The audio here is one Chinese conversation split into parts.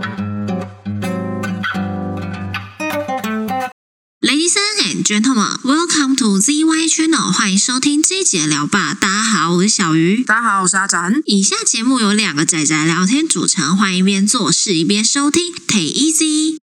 哎 gentlemen, welcome to ZY Channel，欢迎收听这一集的聊吧。大家好，我是小鱼。大家好，我是阿展。以下节目由两个仔仔聊天组成，欢迎一边做事一边收听，Take easy。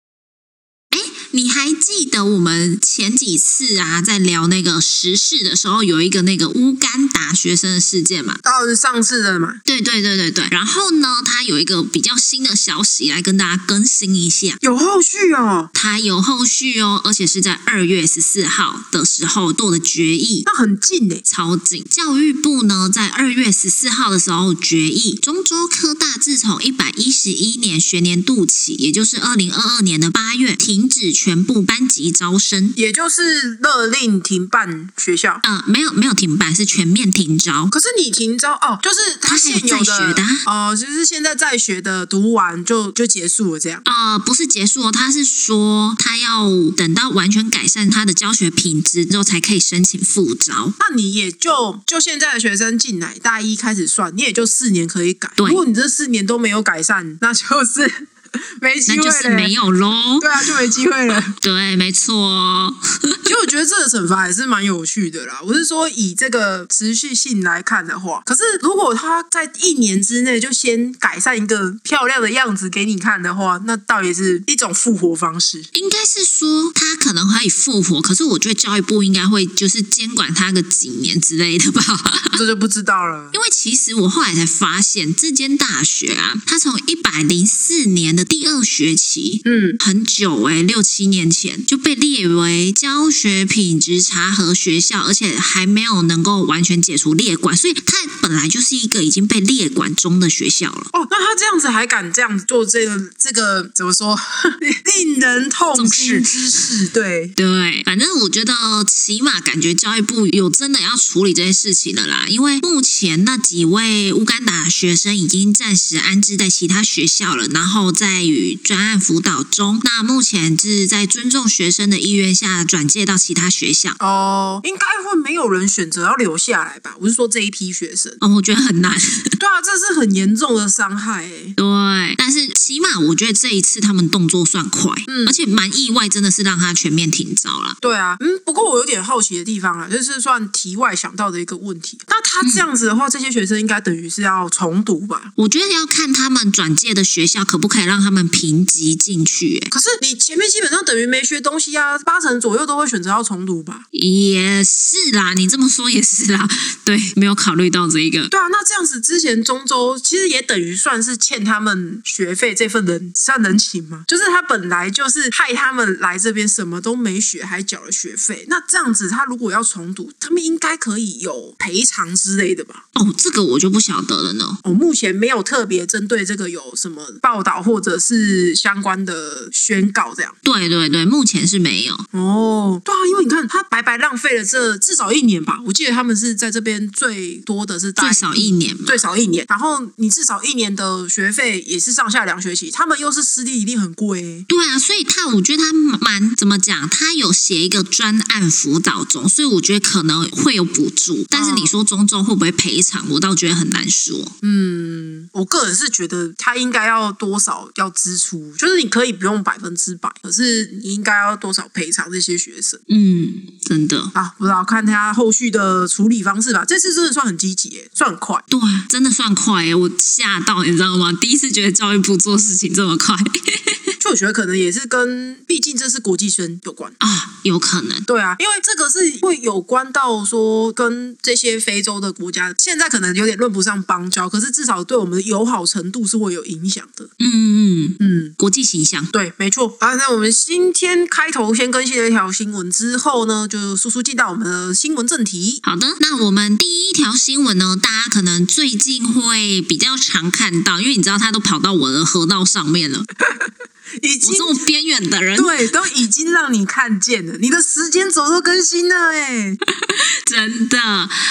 哎，你还记得我们前几次啊，在聊那个时事的时候，有一个那个乌干达学生的事件吗？到是上次的嘛？对对对对对。然后呢，他有一个比较新的消息来跟大家更新一下。有后续哦，它有后续哦，而且是在二月十四号的时候做的决议。那很近欸诶。超紧！教育部呢，在二月十四号的时候决议，中州科大自从一百一十一年学年度起，也就是二零二二年的八月，停止全部班级招生。也就是勒令停办学校。呃，没有没有停办，是全面停招。可是你停招哦，就是他现有他还有在学的的啊哦，就是现在在学的读完就就结束了这样。呃，不是结束哦，他是说他要等到完全改善他的教学品质之后，才可以申请复招。那你也就就现在的学生进来大一开始算，你也就四年可以改。对如果你这四年都没有改善，那就是 没那机就会是了。没有喽。对啊，就没机会了。对，没错哦。其实我觉得这个惩罚还是蛮有趣的啦。我是说，以这个持续性来看的话，可是如果他在一年之内就先改善一个漂亮的样子给你看的话，那倒也是一种复活方式。应该是说他可能可以复活，可是我觉得教育部应该会就是监管他个几年之类的吧。 这就不知道了。因为其实我后来才发现，这间大学啊，它从一百零四年的第二学期，嗯，很久诶、六七年前就被列为教学品质查核学校，而且还没有能够完全解除列管，所以它本来就是一个已经被列管中的学校了。哦，那他这样子还敢这样子做这个这个怎么说，令人痛心之事？对，对，反正我觉得哦起码感觉教育部有真的要处理这件事情的啦，因为目前那几位乌干达学生已经暂时安置在其他学校了，然后在与专案辅导中。那目前是在尊重学生的意愿下转介到其他学校。哦，应该会没有人选择要留下来吧？我是说这一批学生。哦，我觉得很难。对啊，这是很严重的伤害、欸。对，但是起码我觉得这一次他们动作算快，嗯而且蛮意外，真的是让他全面停招了。对啊，嗯，不过我有点好奇的地方啊，就是算题外想到的一个问题。那他这样子的话，这些学生应该等于是要重读吧？我觉得要看他们转介的学校可不可以让他们评级进去、欸，可是你前面基本上等于没学东西啊，八成左右都会选择要重读吧？也是啦，你这么说也是啦， 对，没有考虑到这一个。对啊，那这样子之前中州其实也等于算是欠他们学费这份人算人情嘛，就是他本来就是害他们来这边什么都没学，还缴了学费。那这样子他如果要重读，他们应该可以有赔偿之类的吧？哦，这个我就不晓得了呢。哦，目前没有特别针对这个有什么报道或者是相关的宣告这样。对对对，目前是没有。哦，对啊，因为你看他白白浪费了这至少一年吧，我记得他们是在这边最多的是大概最少一年嘛最少一年，然后你至少一年的学费也是上下两学期，他们又是私立，一定很贵、欸。对啊，所以他我觉得他蛮怎么讲，他有写一个专案辅导中，所以我觉得可能会有补助，但是你说中州会不会赔偿，我倒觉得很难说。我个人是觉得他应该要多少要支出，就是你可以不用百分之百，可是你应该要多少赔偿这些学生。嗯，真的，啊，不知道看他后续的处理方式吧。这次真的算很积极、耶，算很快。对啊，真的算快耶，我吓到你知道吗？第一次觉得教育部做事情这么快 就我觉得可能也是跟，毕竟这是国际生有关。啊，有可能。对啊，因为这个是会有关到说跟这些非洲的国家，现在可能有点论不上邦交，可是至少对我们的友好程度是会有影响的。嗯嗯，嗯，嗯。国际形象。对，没错啊。那我们今天开头先更新了一条新闻之后呢，就速速进到我们的新闻正题。好的，那我们第一条新闻呢，大家可能最近会比较常看到，因为你知道它都跑到我的河道上面了，已我经这么边缘的人， 对，都已经让你看见了，你的时间轴都更新了哎。 真的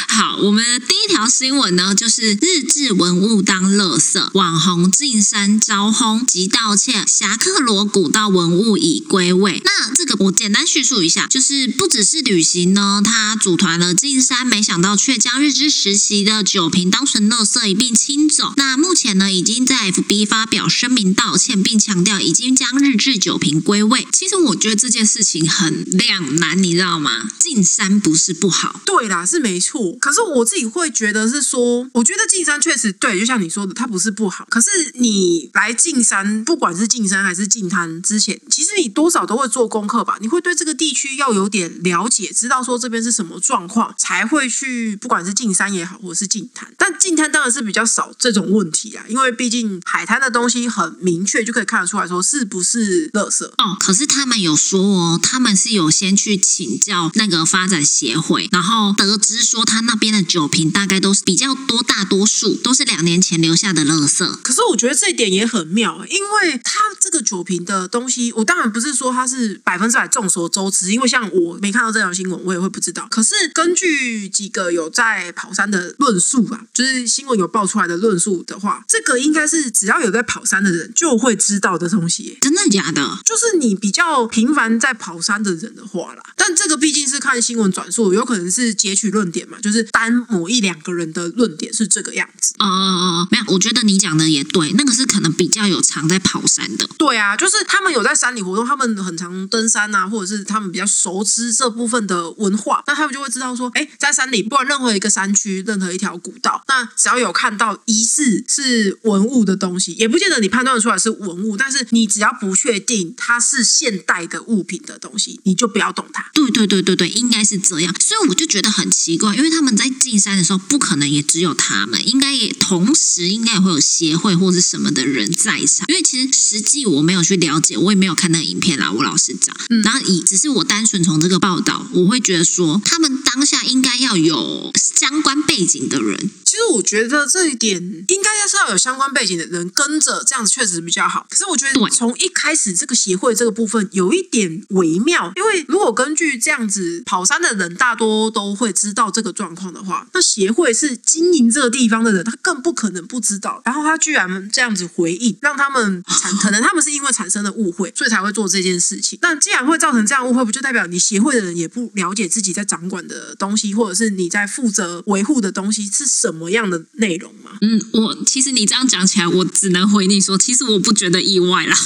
好。我们的第一条新闻呢，就是日志文物当垃圾，网红进山招轰及道歉，侠客罗古道文物已归位。那这个我简单叙述一下，就是不只是旅行呢，他组团了进山，没想到却将日之时期的酒瓶当成垃圾一并清走。那目前呢，已经在 FB 发表声明道歉，并强调已经。军将日治酒瓶归位。其实我觉得这件事情很两难，你知道吗？进山不是不好，对啦，是没错。可是我自己会觉得是说，我觉得进山确实对，就像你说的，它不是不好。可是你来进山，不管是进山还是进滩之前，其实你多少都会做功课吧？你会对这个地区要有点了解，知道说这边是什么状况，才会去不管是进山也好，或者是进滩。但进滩当然是比较少这种问题啊，因为毕竟海滩的东西很明确，就可以看得出来说是不是垃圾。哦，可是他们有说哦，他们是有先去请教那个发展协会，然后得知说他那边的酒瓶大概都是比较多，大多数都是两年前留下的垃圾。可是我觉得这一点也很妙、因为它这个酒瓶的东西，我当然不是说它是百分之百众所周知，因为像我没看到这条新闻，我也会不知道。可是根据几个有在跑山的论述吧，就是新闻有爆出来的论述的话，这个应该是只要有在跑山的人就会知道的东西耶、真的假的？就是你比较频繁在跑山的人的话啦，但这个毕竟是看新闻转述，有可能是截取论点嘛，就是单某一两个人的论点是这个样子。哦哦哦，没有，我觉得你讲的也对，那个是可能比较有常在跑山的。对啊，就是他们有在山里活动，他们很常登山啊，或者是他们比较熟知这部分的文化，那他们就会知道说，哎，在山里，不管任何一个山区，任何一条古道，那只要有看到疑似是文物的东西，也不见得你判断得出来是文物，但是你只要不确定它是现代的物品的东西，你就不要动它。对对对对对，应该是这样。所以我就觉得很奇怪，因为他们在进山的时候，不可能也只有他们，应该也同时应该也会有协会或是什么的人在场。因为其实实际我没有去了解，我也没有看那个影片啦，我老实讲。然后以只是我单纯从这个报道，我会觉得说，他们当下应该要有相关背景的人。其实我觉得这一点应该是要有相关背景的人跟着，这样子确实比较好。可是我觉对得从一开始这个协会这个部分有一点微妙，因为如果根据这样子跑山的人大多都会知道这个状况的话，那协会是经营这个地方的人，他更不可能不知道。然后他居然这样子回应，让他们产可能他们是因为产生了误会，所以才会做这件事情。那既然会造成这样误会，不就代表你协会的人也不了解自己在掌管的东西，或者是你在负责维护的东西是什么样的内容吗？ 嗯，我其实你这样讲起来，我只能回你说，其实我不觉得意外啦。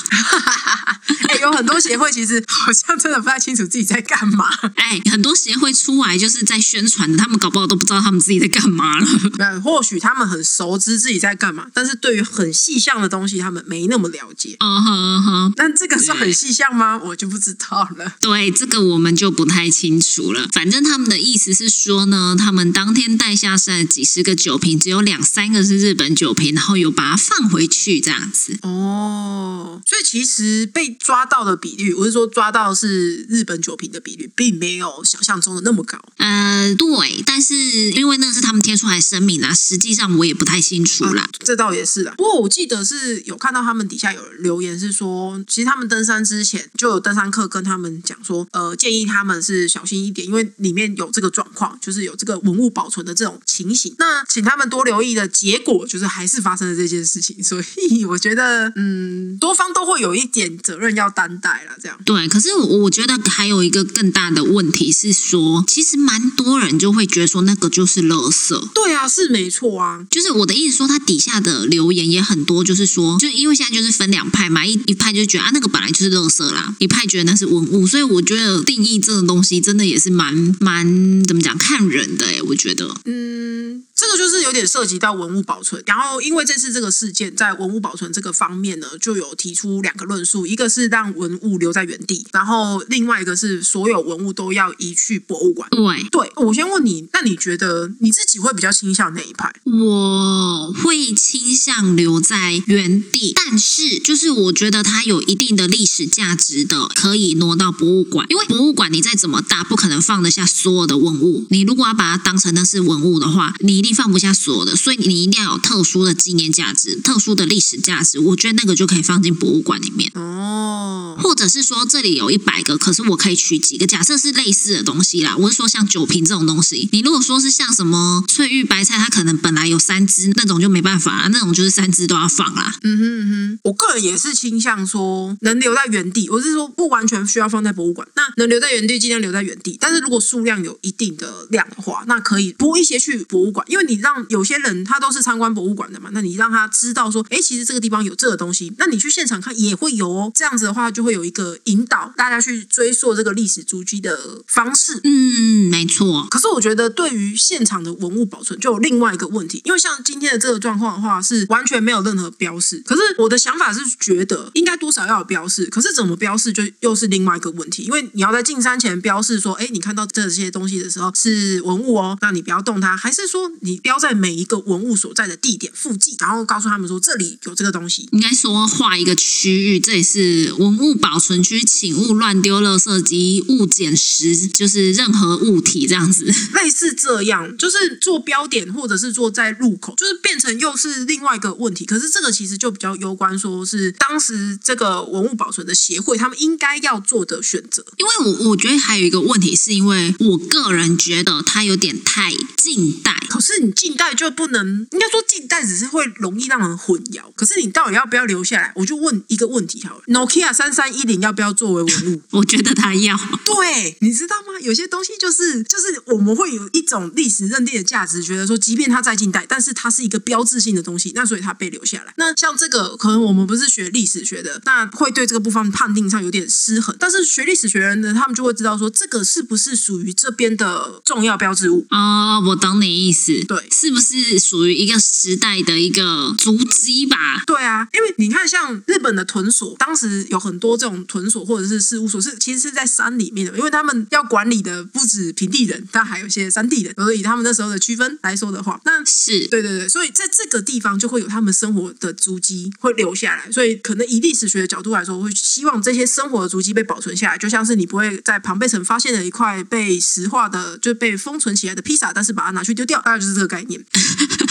哎、有很多协会其实好像真的不太清楚自己在干嘛。哎，很多协会出来就是在宣传的，他们搞不好都不知道他们自己在干嘛了。那或许他们很熟知自己在干嘛，但是对于很细项的东西，他们没那么了解。哦呵哦呵，但这个算很细项吗？我就不知道了。对，这个我们就不太清楚了。反正他们的意思是说呢，他们当天带下山的几十个酒瓶，只有两三个是日本酒瓶，然后有把它放回去这样子。哦，所以其实被抓到的比率，我是说抓到是日本酒瓶的比率，并没有想象中的那么高。呃，对，但是因为那个是他们贴出来的声明啦，实际上我也不太清楚啦。这倒也是啦。不过我记得是有看到他们底下有人留言是说，其实他们登山之前就有登山客跟他们讲说，呃，建议他们是小心一点，因为里面有这个状况，就是有这个文物保存的这种情形。那请他们多留意的结果，就是还是发生了这件事情。所以我觉得，嗯，多方都会有一点责任要担待啦。这样，对，可是我我觉得还有一个更大的问题是说，其实蛮多人就会觉得说那个就是垃圾。对啊，是没错啊。就是我的意思说，他底下的留言也很多，就是说，就因为现在就是分两派嘛，一一派就觉得啊那个本来就是垃圾啦，一派觉得那是文物，所以我觉得定义这种东西真的也是蛮蛮怎么讲，看人的诶、欸我觉得嗯，这个就是有点涉及到文物保存。然后，因为这次这个事件在文物保存这个方面呢，就有提出两个论述，一个是让文物留在原地，然后另外一个是所有文物都要移去博物馆。对。对，我先问你，那你觉得你自己会比较倾向哪一派？我会倾向留在原地，但是就是我觉得它有一定的历史价值的，可以挪到博物馆。因为博物馆你再怎么大，不可能放得下所有的文物。你如果要把它当成那是文物的话，你一定放不下所有的，所以你一定要有特殊的纪念价值、特殊的历史价值。我觉得那个就可以放进博物馆里面。哦，哦，或者是说这里有一百个，可是我可以取几个。假设是类似的东西啦，我是说像酒瓶这种东西，你如果说是像什么翠玉白菜，它可能本来有三只，那种就没办法啦，那种就是三只都要放啦。嗯哼嗯哼，我个人也是倾向说能留在原地，我是说不完全需要放在博物馆，那能留在原地尽量留在原地。但是如果数量有一定的量的话，那可以拨一些去博物馆，因为你让有些人他都是参观博物馆的嘛，那你让他知道说，哎，其实这个地方有这个东西，那你去现场看也会有哦。这样子的话，就会有一个引导大家去追溯这个历史足迹的方式。嗯，没错，可是我觉得对于现场的文物保存就有另外一个问题，因为像今天的这个状况的话，是完全没有任何标示。可是我的想法是觉得应该多少要有标示，可是怎么标示就又是另外一个问题，因为你要在进山前标示说，哎，你看到这些东西的时候是文物哦，那你不要动它，还是说你标在每一个文物所在的地点附近，然后告诉他们说这里有这个东西，应该说画一个区域，这里是文物保存区，请勿乱丢垃圾及勿捡拾，就是任何物体这样子。 类似这样，就是做标点或者是做在入口，就是变成又是另外一个问题。可是这个其实就比较攸关，说是当时这个文物保存的协会他们应该要做的选择。因为我我觉得还有一个问题，是因为我个人觉得它有点太近代，可是你近代就不能，应该说近代只是会容易让人混淆。可是你到底要不要留下来？我就问一个问题好了，Nokia 三三一零要不要作为文物？我觉得它要。对，你知道吗？有些东西就是就是我们会有一种历史认定的价值，觉得说，即便它在近代，但是它是一个标志性的东西，那所以它被留下来。那像这个，可能我们不是学历史学的，那会对这个部分判定上有点失衡。但是学历史学人呢，他们就会知道说，这个是不是属于这边的重要标志物。哦，我懂你意思，对是不是属于一个时代的一个足迹吧？对啊，因为你看，像日本的屯所，当时有很多这种屯所或者是事务所是，其实是在山里面的，因为他们要管理的不止平地人，但还有一些山地人。所以他们那时候的区分来说的话，那是，对对对，所以在这个地方就会有他们生活的足迹会留下来。所以可能以历史学的角度来说，我会希望这些生活的足迹被保存下来，就像是你不会在庞贝城发现了一块被石化的，就被封存起来的披萨，但是把它拿去丢掉，大概就是这个概念。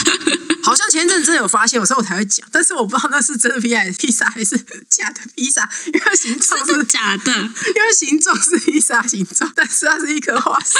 好像前阵子真的有发现，我所以我才会讲，但是我不知道那是真的披萨披萨还是假的披萨，因为它形状是，真的假的？因为形状是披萨形状，但是它是一颗化石。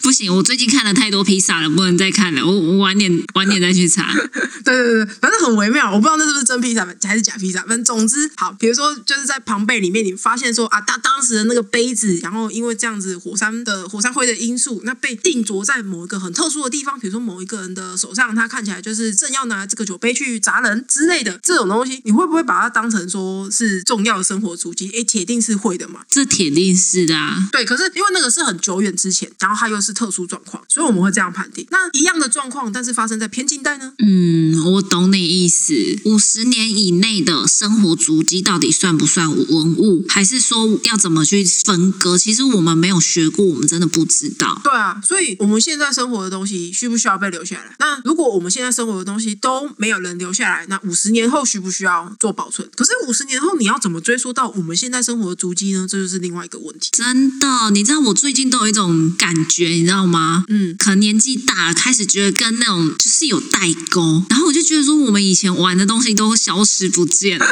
不行，我最近看了太多披萨了，不能再看了。我我晚点晚点再去 查。对对对，对反正很微妙，我不知道那是不是真披萨还是假披萨。反正总之，好，比如说就是在庞贝里面，你发现说啊，他当时的那个杯子，然后因为这样子火山的火山灰的因素，那被定着在某一个很特殊的地方，比如说某一个人的手上，他看起来就是正要拿这个酒杯去砸人之类的这种东西，你会不会把它当成说是重要的生活足迹？诶，铁定是会的嘛。这铁定是的啊。对，可是因为那个是很久远之前，然后它又是特殊状况，所以我们会这样判定。那一样的状况，但是发生在偏近代呢？嗯，我懂你意思。五十年以内的生活足迹到底算不算文物？还是说要怎么去分割？其实我们没有学过，我们真的不知道。对啊，所以我们现在生活的东西需不需要被留下来？那如果我们现在生活的东西都没有人留下来，那五十年后需不需要做保存？可是五十年后你要怎么追溯到我们现在生活的足迹呢？这就是另外一个问题。真的，你知道我最近都有一种感觉，你知道吗？嗯，可能年纪大了，开始觉得跟那种就是有代沟，然后我就觉得说，我们以前玩的东西都消失不见 了。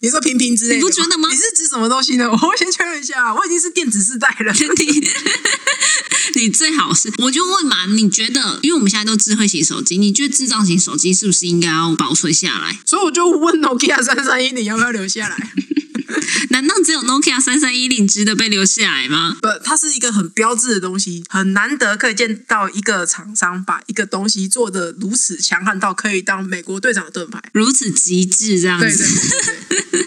你说平平之类的，你不觉得吗你是指什么东西呢？我先确认一下，啊我已经是电子世代了。你 你最好是，我就问嘛，你觉得，因为我们现在都智慧型手机，你觉得智障型手机是不是应该要保存下 来？所以我就问 Nokia 三三一，你要不要留下来？难道只有 Nokia 三三一零值得被留下来吗？ 不，它是一个很标志的东西，很难得可以见到一个厂商把一个东西做的如此强悍到可以当美国队长的盾牌。如此极致这样对子，对对对 对。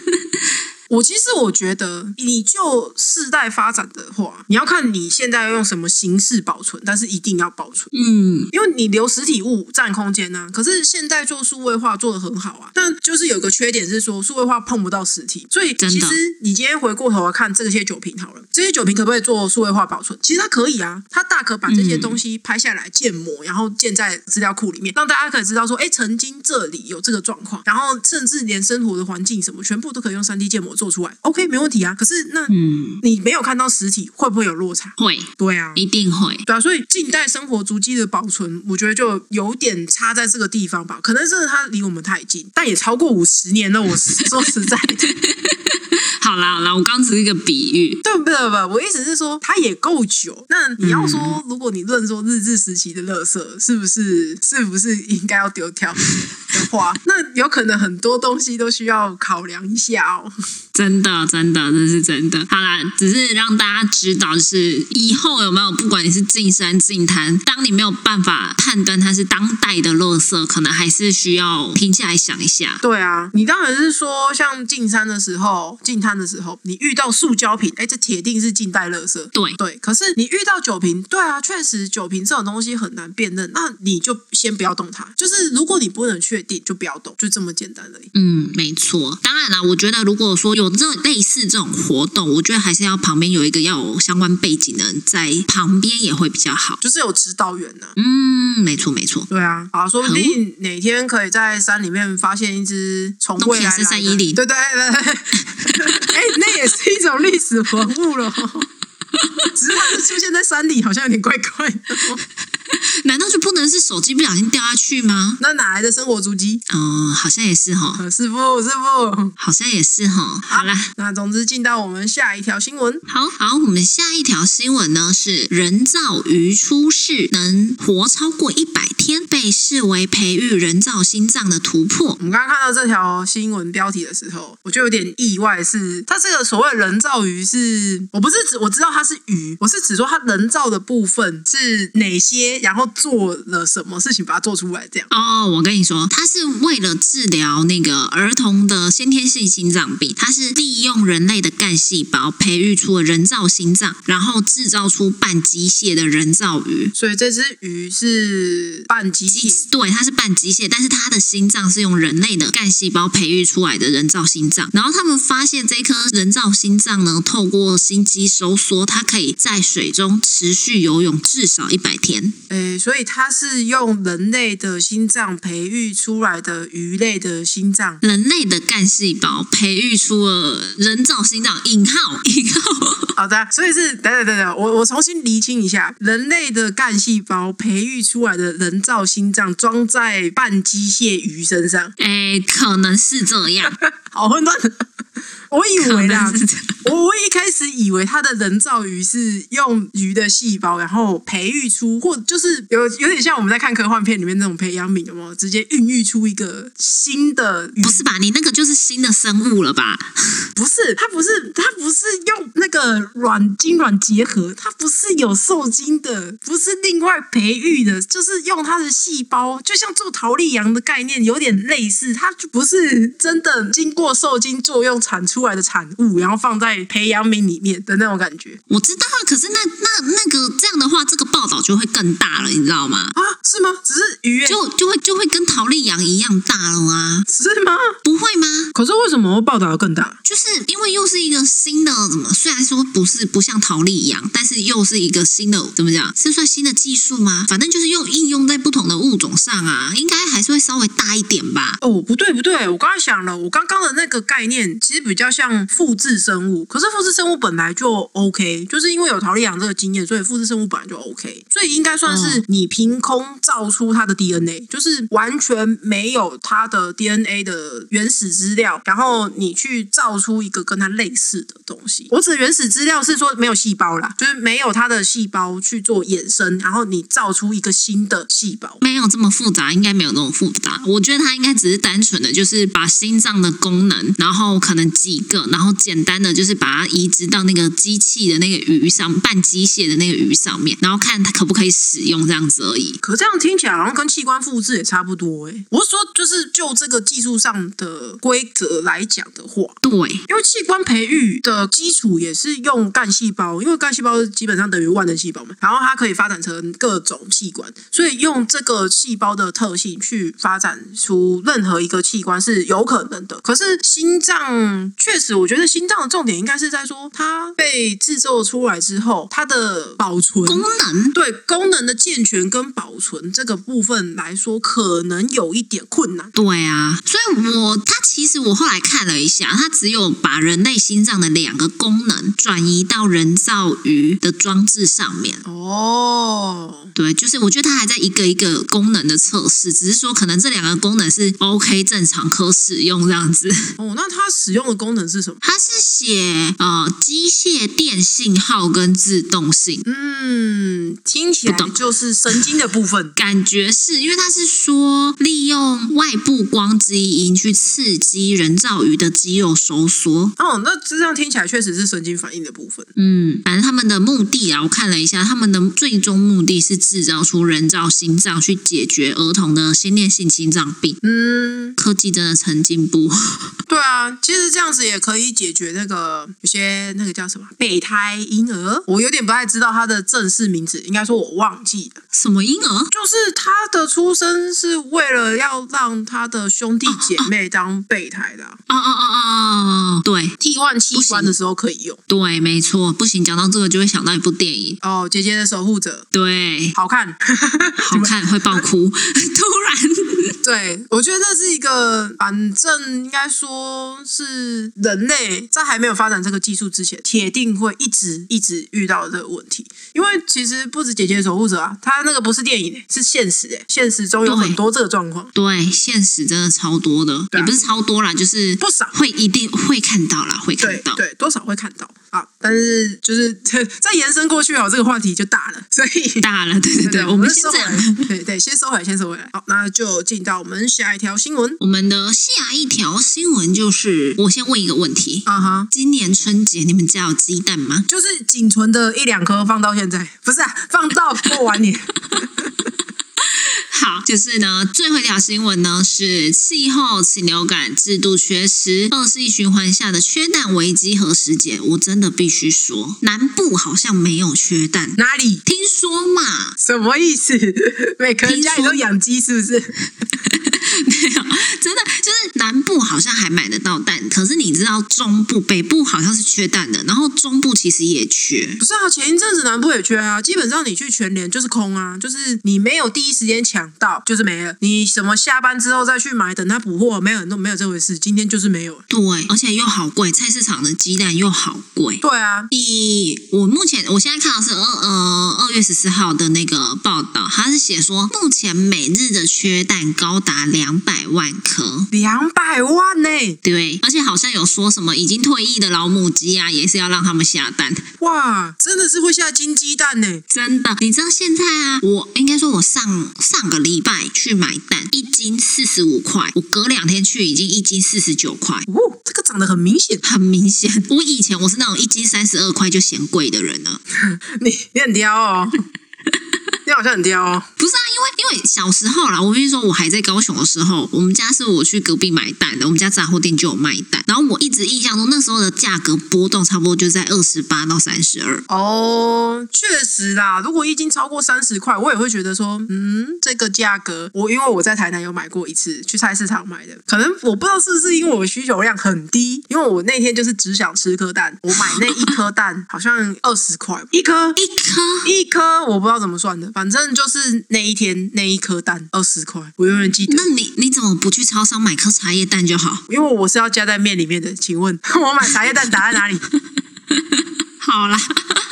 我其实我觉得，你就世代发展的话，你要看你现在要用什么形式保存，但是一定要保存，嗯，因为你留实体物占空间呐、可是现在做数位化做的很好啊，但就是有个缺点是说数位化碰不到实体，所以真的其实你今天回过头来看这些酒瓶好了，这些酒瓶可不可以做数位化保存？其实它可以啊，它大可把这些东西拍下来建模，然后建在资料库里面，让大家可以知道说，哎，曾经这里有这个状况，然后甚至连生活的环境什么，全部都可以用三 D 建模做出来，OK，没问题啊。可是那嗯你没有看到实体，会不会有落差？会，对啊。一定会。对啊，所以近代生活足迹的保存，我觉得就有点差在这个地方吧。可 能真的它离我们太近，但也超过五十年了。我说实在的，好啦好啦，我刚只是一个比喻，对不对？不，我意思是说，它也够久。那你要说，如果你论说日治时期的垃圾是不是是不是应该要丢掉的话，那有可能很多东西都需要考量一下哦。真的真的这是真的。好啦，只是让大家知道，就是以后有没有，不管你是进山进滩，当你没有办法判断它是当代的垃圾，可能还是需要停下来想一下。对啊，你当然是说，像进山的时候、进滩的时候，你遇到塑胶瓶，哎，这铁定是近代垃圾。对对，可是你遇到酒瓶，对啊，确实酒瓶这种东西很难辨认，那你就先不要动它。就是如果你不能确定，就不要动，就这么简单而已。嗯，没错。当然啦，我觉得如果说有这种类似这种活动，我觉得还是要旁边有一个要有相关背景的人在旁边也会比较好。就是有指导员呐、嗯，没错没错。对啊，啊，说不定哪天可以在山里面发现一只从未来来的东西也是在伊犁对对对对， 哎、那也是一种历史文物了哦。 只是它是出现在山里，好像有点怪怪的哦。难道就不能是手机不小心掉下去吗？那哪来的生活足迹？嗯，好像也是哈，呃师傅，师傅。好像也是哈。好啦。那总之，进到我们下一条新闻。好好，我们下一条新闻呢是人造鱼出世能活超过一百天，被视为培育人造心脏的突破我。们刚刚看到这条新闻标题的时候，我就有点意外是，它这个所谓人造鱼是，我不是指我知道它是鱼，我是指说它人造的部分是哪些，然后做了什么事情把它做出来这样。哦，我跟你说，它是为了治疗那个儿童的先天性心脏病，它是利用人类的干细胞培育出了人造心脏，然后制造出半机械的人造鱼。所以这只鱼是半机机械，对，它是半机械，但是它的心脏是用人类的干细胞培育出来的人造心脏。然后他们发现这颗人造心脏呢，透过心肌收缩，它可以在水中持续游泳至少一百天。诶，所以它是用人类的心脏培育出来的鱼类的心脏。人类的干细胞培育出了人造心脏（引号引号，好的，所以是等等等等，我我重新厘清一下，人类的干细胞培育出来的人造心脏装在半机械鱼身上），哎，可能是这样，好 混乱。我以可为啦能，是这样。我我一开始以为它的人造鱼是用鱼的细胞，然后培育出，或就是有有点像我们在看科幻片里面那种培养皿，有没有直接孕育出一个新的鱼不是吧？你那个就是新的生物了吧？不是，它不是，它不是用那个软精软结合，它不是有受精的，不是另外培育的，就是用它的细胞，就像做桃粒羊的概念有点类似，它就不是真的经过受精作用产出来的产物，然后放在培养皿里面的那种感觉我知道啊，可是那那那个这样的话，这个报道就会更大了，你知道吗？啊？是吗？只是鱼、欸？就就会就会跟陶丽阳一样大了啊， 是吗？不会吗？可是为什么报道得更大？就是因为又是一个新的怎么，虽然说不是不像陶丽阳，但是又是一个新的怎么讲，是算新的技术吗？反正就是用应用在不同的物种上啊，应该还是会稍微大一点吧。哦，不对不对，我刚才想了，我刚刚的那个概念其实比较像复制生物，可是复制生物本来就 OK，就是因为有桃李养这个经验，所以复制生物本来就 OK，所以应该算是你凭空造出它的 DNA，、就是完全没有它的 DNA 的原始资料，然后你去造出一个跟它类似的东西。我指的原始资料是说没有细胞啦，就是没有它的细胞去做衍生，然后你造出一个新的细胞。没有这么复杂，应该没有那么复杂。我觉得它应该只是单纯的，就是把心脏的功能，然后可能几个，然后简单的就是把它移植到那个机器的那个鱼上，半机械的那个鱼上面，然后看它可不可以使用这样子而已。可这样听起来好像跟器官复制也差不多哎、我是说，就是就这个技术上的规则来讲的话，对，因为器官培育的基础也是用干细胞，因为干细胞基本上等于万能细胞嘛，然后它可以发展成各种器官，所以用这个细胞的特性去发展出任何一个器官是有可能的。可是心脏确实，我觉得心脏的重点应该是在说它被制作出来之后，它的保存功能对功能的健全跟保存这个部分来说，可能有一点困难。对啊，所以我它其其实我后来看了一下，它只有把人类心脏的两个功能转移到人造鱼的装置上面。哦，对，就是我觉得它还在一个一个功能的测试，只是说可能这两个功能是 OK 正常可使用这样子。 哦，那它使用的功能是什么？它是写呃机械电信号跟自动性，嗯，听起来不懂就是神经的部分。感觉是因为它是说利用外部光基因去刺激人造鱼的肌肉收缩。哦，那这样听起来确实是神经反应的部分。嗯，反正他们的目的啊，我看了一下，他们的最终目的是制造出人造心脏，去解决儿童的先天性心脏病。嗯，科技真的曾进步，对啊，其实这样子也可以解决那个有些那个叫什么备胎婴儿，我有点不太知道它的正式名字，应该说我忘记了。 什么婴儿？就是他的出生是为了要让他的兄弟哦姐妹当备胎的啊、哦哦哦哦哦，对替换器官的时候可以用。对，没错，不行，讲到这个就会想到一部电影，哦，姐姐的守护者对，好看，好看会爆 哭，突然。对我觉得这是一个，反正应该说是人类在还没有发展这个技术之前，铁定会一直一直遇到这个问题。因为其实不止姐姐的守护者啊，他那个不是电影，是现实诶，现实中 有对很多这个状况。对，现实真的超多的，对啊也不是超多啦，就是不少会一定会看到啦，会看对到。对，多少会看到啊，但是就是再延伸过去哦，这个话题就大了，所以大了，对对对，我我们先收这回样。来，对对，先收回来，先收回来。好，那就进到我们下一条新闻我们的下一条新闻就是，我先问一个问题：啊哈，今年春节你们家有鸡蛋吗？就是仅存的一两颗放到现在，不是啊，放到过完年。好，就是呢，最后一条新闻呢是气候禽流感制度缺失，二十一循环下的缺蛋危机何时解？我真的必须说，南部好像没有缺蛋，哪里？听说嘛，什么意思？ 每个人家里都养鸡是不是？ 没有，真的就是南部好像还买得到蛋，可是你知道中部、北部好像是缺蛋的，然后中部其实也缺。不是啊，前一阵子南部也缺啊，基本上你去全联就是空啊，就是你没有第一时间抢到，就是没了。你什么下班之后再去买，等它补货，没有都没有这回事。今天就是没有。对，而且又好贵，菜市场的鸡蛋又好贵。对啊，以我目前我现在看到是二呃二月十四号的那个报道，它是写说目前每日的缺蛋高达两百万颗。两百万呢、对，而且好像有说什么已经退役的老母鸡啊，也是要让他们下蛋。哇，真的是会下金鸡蛋 呢、真的，你知道现在啊，我应该说，我上上个礼拜去买蛋，一斤四十五块，我隔两天去已经一斤四十九块，哦，这个长得很明显，很明显，我以前我是那种一斤三十二块就嫌贵的人了。你你很挑 哦，你好像很挑哦。不是啊，因为因为小时候啦，我跟你说，我还在高雄的时候，我们家是我去隔壁买蛋的，我们家杂货店就有卖蛋，然后我一直印象中那时候的价格波动差不多就在二十八到三十二。哦，确实啦，如果一斤超过三十块，我也会觉得说，嗯，这个价格，我因为我在台南有买过一次，去菜市场买的，可能我不知道是不是因为我需求量很低，因为我那天就是只想吃颗蛋，我买那一颗蛋好像二十块吧，一颗。一颗一颗我不知道怎么算的，反正就是那一天那一颗蛋二十块，我永远记得。那你你怎么不去超商买颗茶叶蛋就好？因为我是要加在面里面的，请问 我买茶叶蛋打在哪里？好啦，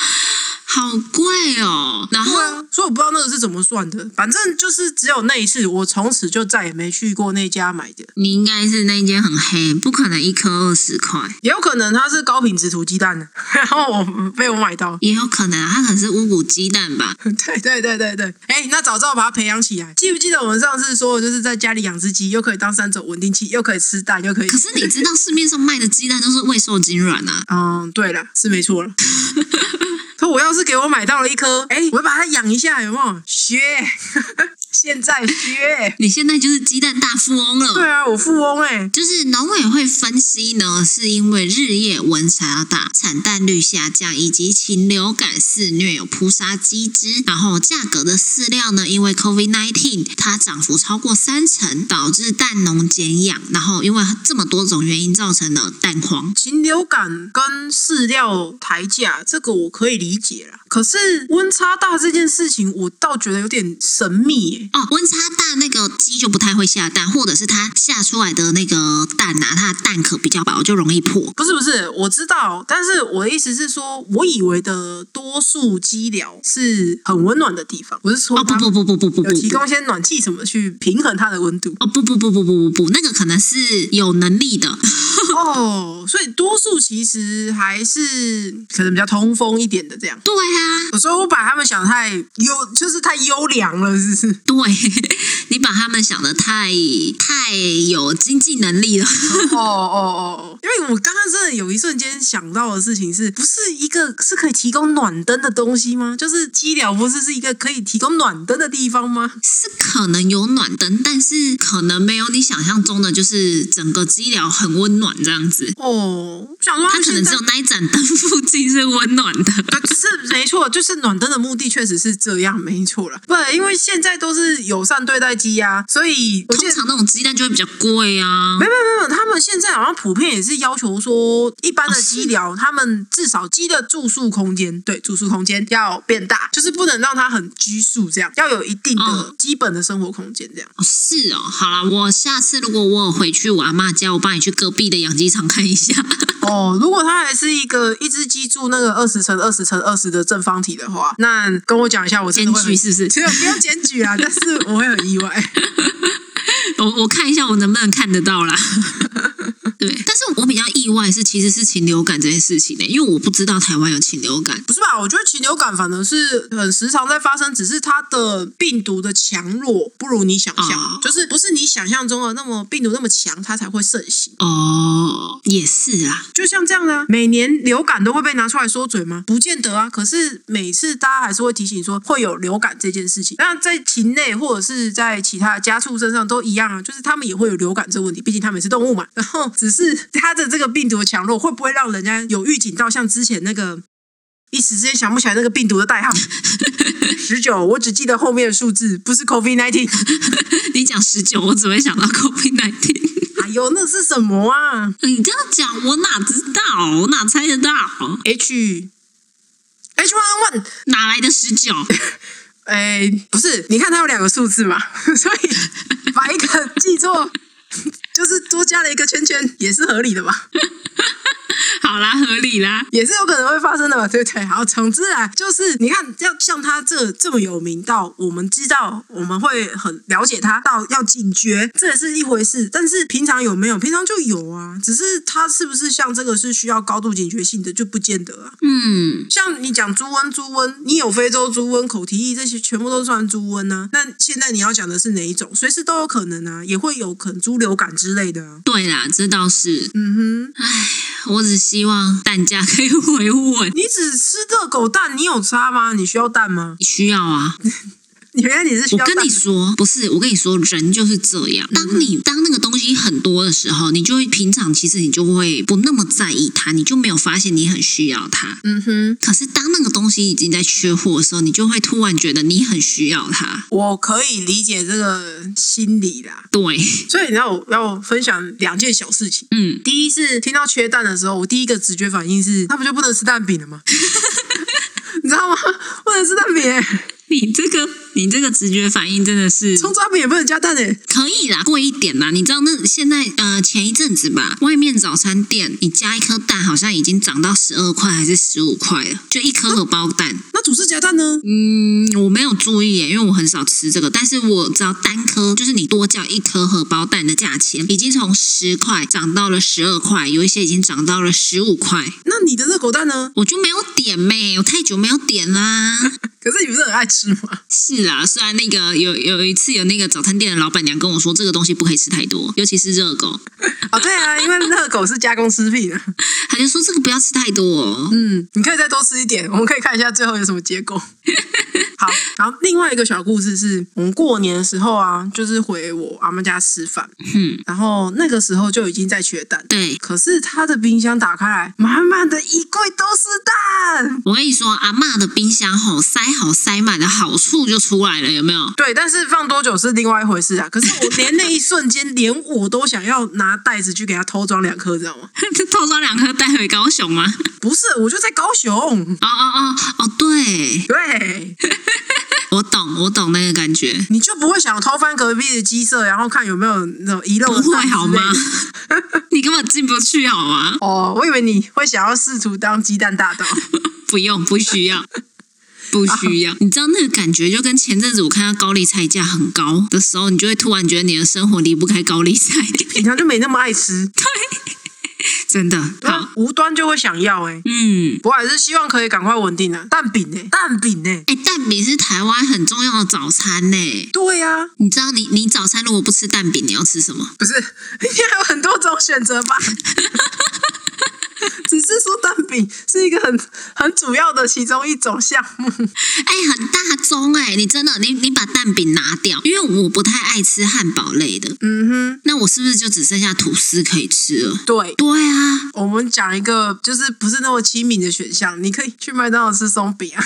好贵哦。然对后啊，所以我不知道那个是怎么算的。反正就是只有那一次，我从此就再也没去过那家买的。你应该是那一间很黑，不可能一颗二十块，也有可能它是高品质土鸡蛋的， 然后我被我买到。也有可能啊，它可能是乌骨鸡蛋 吧。 对对对对对，哎，那早知道把它培养起来。记不记得我们上次说，的就是在家里养只鸡，又可以当三种稳定器，又可以吃蛋，又可以可。是你知道市面上卖的鸡蛋都是未受精卵啊， 嗯，对了，是没 错了。可我要是给我买到了一颗，哎，我把它养一下，有没有？学， 现 在学。你现在就是鸡蛋大富翁了。对啊，我富翁哎、就是农委会分析呢，是因为日夜温差大、产蛋率下降，以及禽流感肆虐有扑杀鸡只，然后价格的饲料呢，因为 COVID-19 它涨幅超过三成，导致蛋农减养，然后因为这么多种原因造成了蛋荒。禽流感跟饲料抬价，这个我可以理解啦。可是温差大这件事情，我倒觉得有点神秘耶、哦，温差大那个鸡就不太会下蛋，或者是它下出来的那个蛋啊，它的蛋壳比较薄，就容易破。不是不是，我知道，但是我的意思是说，我以为的多数鸡寮是很温暖的地方，我是说哦不它不不不不不不有提不。供一些暖气什么去平衡它的温 度哦不不不不不不不，那个可能是有能力的，哦，所以多数其实还是可能比较通风一点的这样。对啊，有时候我把他们想太优，就是太优良了，是不是？ 对你把他们想的太太有经济能力了， 哦哦哦！因为我刚刚真的有一瞬间想到的事情是，不是一个是可以提供暖灯的东西吗？就是鸡寮不是是一个可以提供暖灯的地方吗？是可能有暖灯，但是可能没有你想象中的，就是整个鸡寮很温暖这样子。哦，我想说它可现能在只有那一盏灯附近是温暖的。对， 是没错，就是暖灯的目的确实是这样，没错了。不，因为现在都是友善对待鸡呀、所以我记通得。常那种鸡蛋就会比较贵啊没。有没有没有，他们现在好像普遍也是要求说，一哦般的鸡寮，他们至少鸡的住宿空间，对住宿空间要变大，就是不能让它很拘束，这样要有一定的嗯基本的生活空间，这样。哦是哦，好啦，我下次如果我有回去我阿妈家，我帮你去隔壁的养鸡场看一下。哦，如果它还是一个一只鸡住那个二十乘二十乘二十的正方体的话，那跟我讲一下，我真的检会很举。是不是？ 其实不用检举啊，但是我会很意外。我我看一下我能不能看得到 啦。对，但是我比较意外是其实是禽流感这件事情呢、因为我不知道台湾有禽流感。不是吧？我觉得禽流感反而是很时常在发生，只是它的病毒的强弱不如你想象，啊就是不是你想象中的那么病毒那么强，它才会盛行。哦，也是啦，就像这样呢、每年流感都会被拿出来说嘴吗？不见得啊。可是每次大家还是会提醒说会有流感这件事情。那在禽类或者是在其他的家畜身上都一样啊，就是他们也会有流感这个问题，毕竟他们也是动物嘛。然后只是它的这个病毒的强弱会不会让人家有预警到，像之前那个一时之间想不起来那个病毒的代号。 十九，我只记得后面的数字，不是 COVID nineteen。 你讲十九，我只会想到 COVID 1 9哎呦，那是什么啊 你这样讲，我哪知道？我哪猜得到？ ？H H one one，哪来的十九？ 哎，不是，你看它有两个数字嘛， 所以把一个记错，就是多加了一个圈圈，也是合理的吧，好啦，合理啦。也是有可能会发生的嘛，对不对？好，总之啊，就是你看，要像它这这么有名到我们知道，我们会很了解它，到要警觉，这也是一回事。但是平常有没有？平常就有啊，只是它是不是像这个是需要高度警觉性的，就不见得啊。嗯，像你讲猪瘟，猪瘟，你有非洲猪瘟、口蹄疫这些，全部都算猪瘟呢、那现在你要讲的是哪一种？随时都有可能啊，也会有可能猪流感之类的、啊。对啦，这倒是。嗯哼，我只希望蛋价可以回稳。你只吃热狗蛋，你有差吗？你需要蛋吗？需要啊！原来你是需我要蛋的。嗯跟你说，不是，我跟你说，人就是这样。当你当那个东西很多的时候，你就会平常其实你就会不那么在意它，你就没有发现你很需要它。嗯哼，可是当那个东西已经在缺货的时候，你就会突然觉得你很需要它。我可以理解这个心理啦。对， 所以你让我让我分享两件小事情。嗯，第一是听到缺蛋的时候，我第一个直觉反应是，那不就不能吃蛋饼了吗？ 你知道吗？不能吃蛋饼、欸，你这个你这个直觉反应真的是葱抓饼也不能加蛋欸诶、可以啦，贵一点啦。你知道那现在呃前一阵子吧，外面早餐店你加一颗蛋好像已经涨到十二块还是十五块了，就一颗荷包蛋。那主食夹蛋呢？嗯，我没有注意耶，因为我很少吃这个，但是我知道单颗就是你多叫一颗荷包蛋的价钱已经从十块涨到了十二块，有一些已经涨到了十五块。那你的热狗蛋呢？我就没有点咩，我太久没有点啦。可是你不是很爱吃吗？是啦，虽然那个有有一次有那个早餐店的老板娘跟我说，这个东西不可以吃太多，尤其是热狗。哦，对啊，因为热狗是加工食品啊。他就说这个不要吃太多、哦。 嗯，你可以再多吃一点，我们可以看一下最后有什么结 果。好，然后另外一个小故事是我们过年的时候啊，就是回我阿妈家吃饭，嗯，然后那个时候就已经在缺蛋，对，可是他的冰箱打开来，满满的一柜都是蛋。我跟你说，阿嬷的冰箱吼塞好塞满的好处就出来了，有没有？ 对，但是放多久是另外一回事啊。可是我连那一瞬间，连我都想要拿袋子去给他偷装两颗，知道吗？偷装两颗带回高雄吗？不是，我就在高雄。哦哦哦哦，对，对，我懂，我懂那个感觉。你就不会想偷翻隔壁的鸡舍，然后看有没有那种遗漏的不会蛋之好吗类的你根本进不去好吗？哦，我以为你会想要试图当鸡蛋 大盗。不用，不需要， 不需要。你知道那个感觉，就跟前阵子我看到高丽菜价很高的时候，你就会突然觉得你的生活离不开高丽菜， 平常就没那么爱吃，真的。好，无端就会想要哎、欸。嗯，我还是希望可以赶快稳定啊，蛋饼哎、蛋饼哎、哎、蛋饼是台湾很重要的早餐呢、对啊呀、你知道你你早餐如果不吃蛋饼，你要吃什么？不是，应该有很多种选择 吧？只是说蛋饼是一个很很主要的其中一种项目。哎、很大宗哎、你真的你你把蛋饼拿掉，因为我不太爱吃汉堡类的，嗯那我是不是就只剩下吐司可以吃了哼，？对。对啊，我们讲一个就是不是那么亲民的选项，你可以去麦当劳吃松饼啊。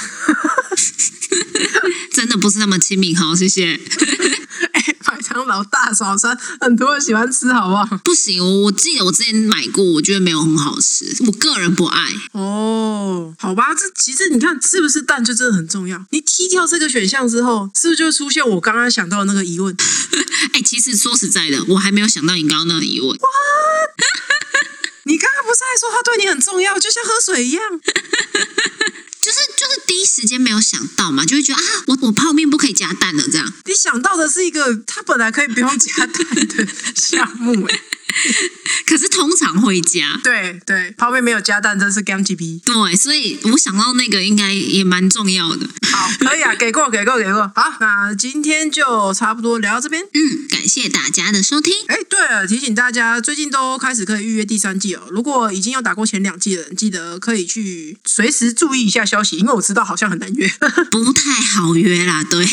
真的不是那么亲民好，谢谢。 哎、麦当劳大早餐很多人喜欢吃，好不好？不行，我我记得我之前买过，我觉得没有很好吃，我个人不爱。哦，好吧，这其实你看是不是蛋就真的很重要。你踢掉这个选项之后，是不是就会出现我刚刚想到的那个疑问？哎、其实说实在的，我还没有想到你刚刚那个疑问。你刚刚不是还说它对你很重要，就像喝水一样？就是就是第一时间没有想到嘛，就会觉得啊，我我泡面不可以加蛋了这样。你想到的是一个它本来可以不用加蛋的项目、哎，可是通常会加，对对，泡面没有加蛋真是 g a m g b 对，所以我想到那个应该也蛮重要的。好，可以啊，给过给过给过。好，那今天就差不多聊到这边。嗯，感谢大家的收听。 哎，对了，提醒大家，最近都开始可以预约第三季哦。如果已经有打过前两季的人，记得可以去随时注意一下消息，因为我知道好像很难约。 不太好约啦， 对，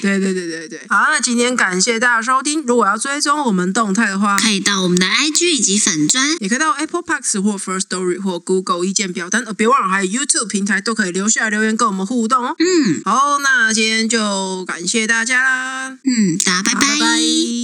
对对对对对。好，那今天感谢大家收听。如果要追踪我们动态的话，可以到我们的 IG 以及粉砖。也可以到 Apple Parks 或 First Story 或 Google 意见表单，呃，别忘了还有 YouTube 平台都可以留下来留言跟我们互动哦。嗯好，那今天就感谢大家啦，嗯，大家拜好拜拜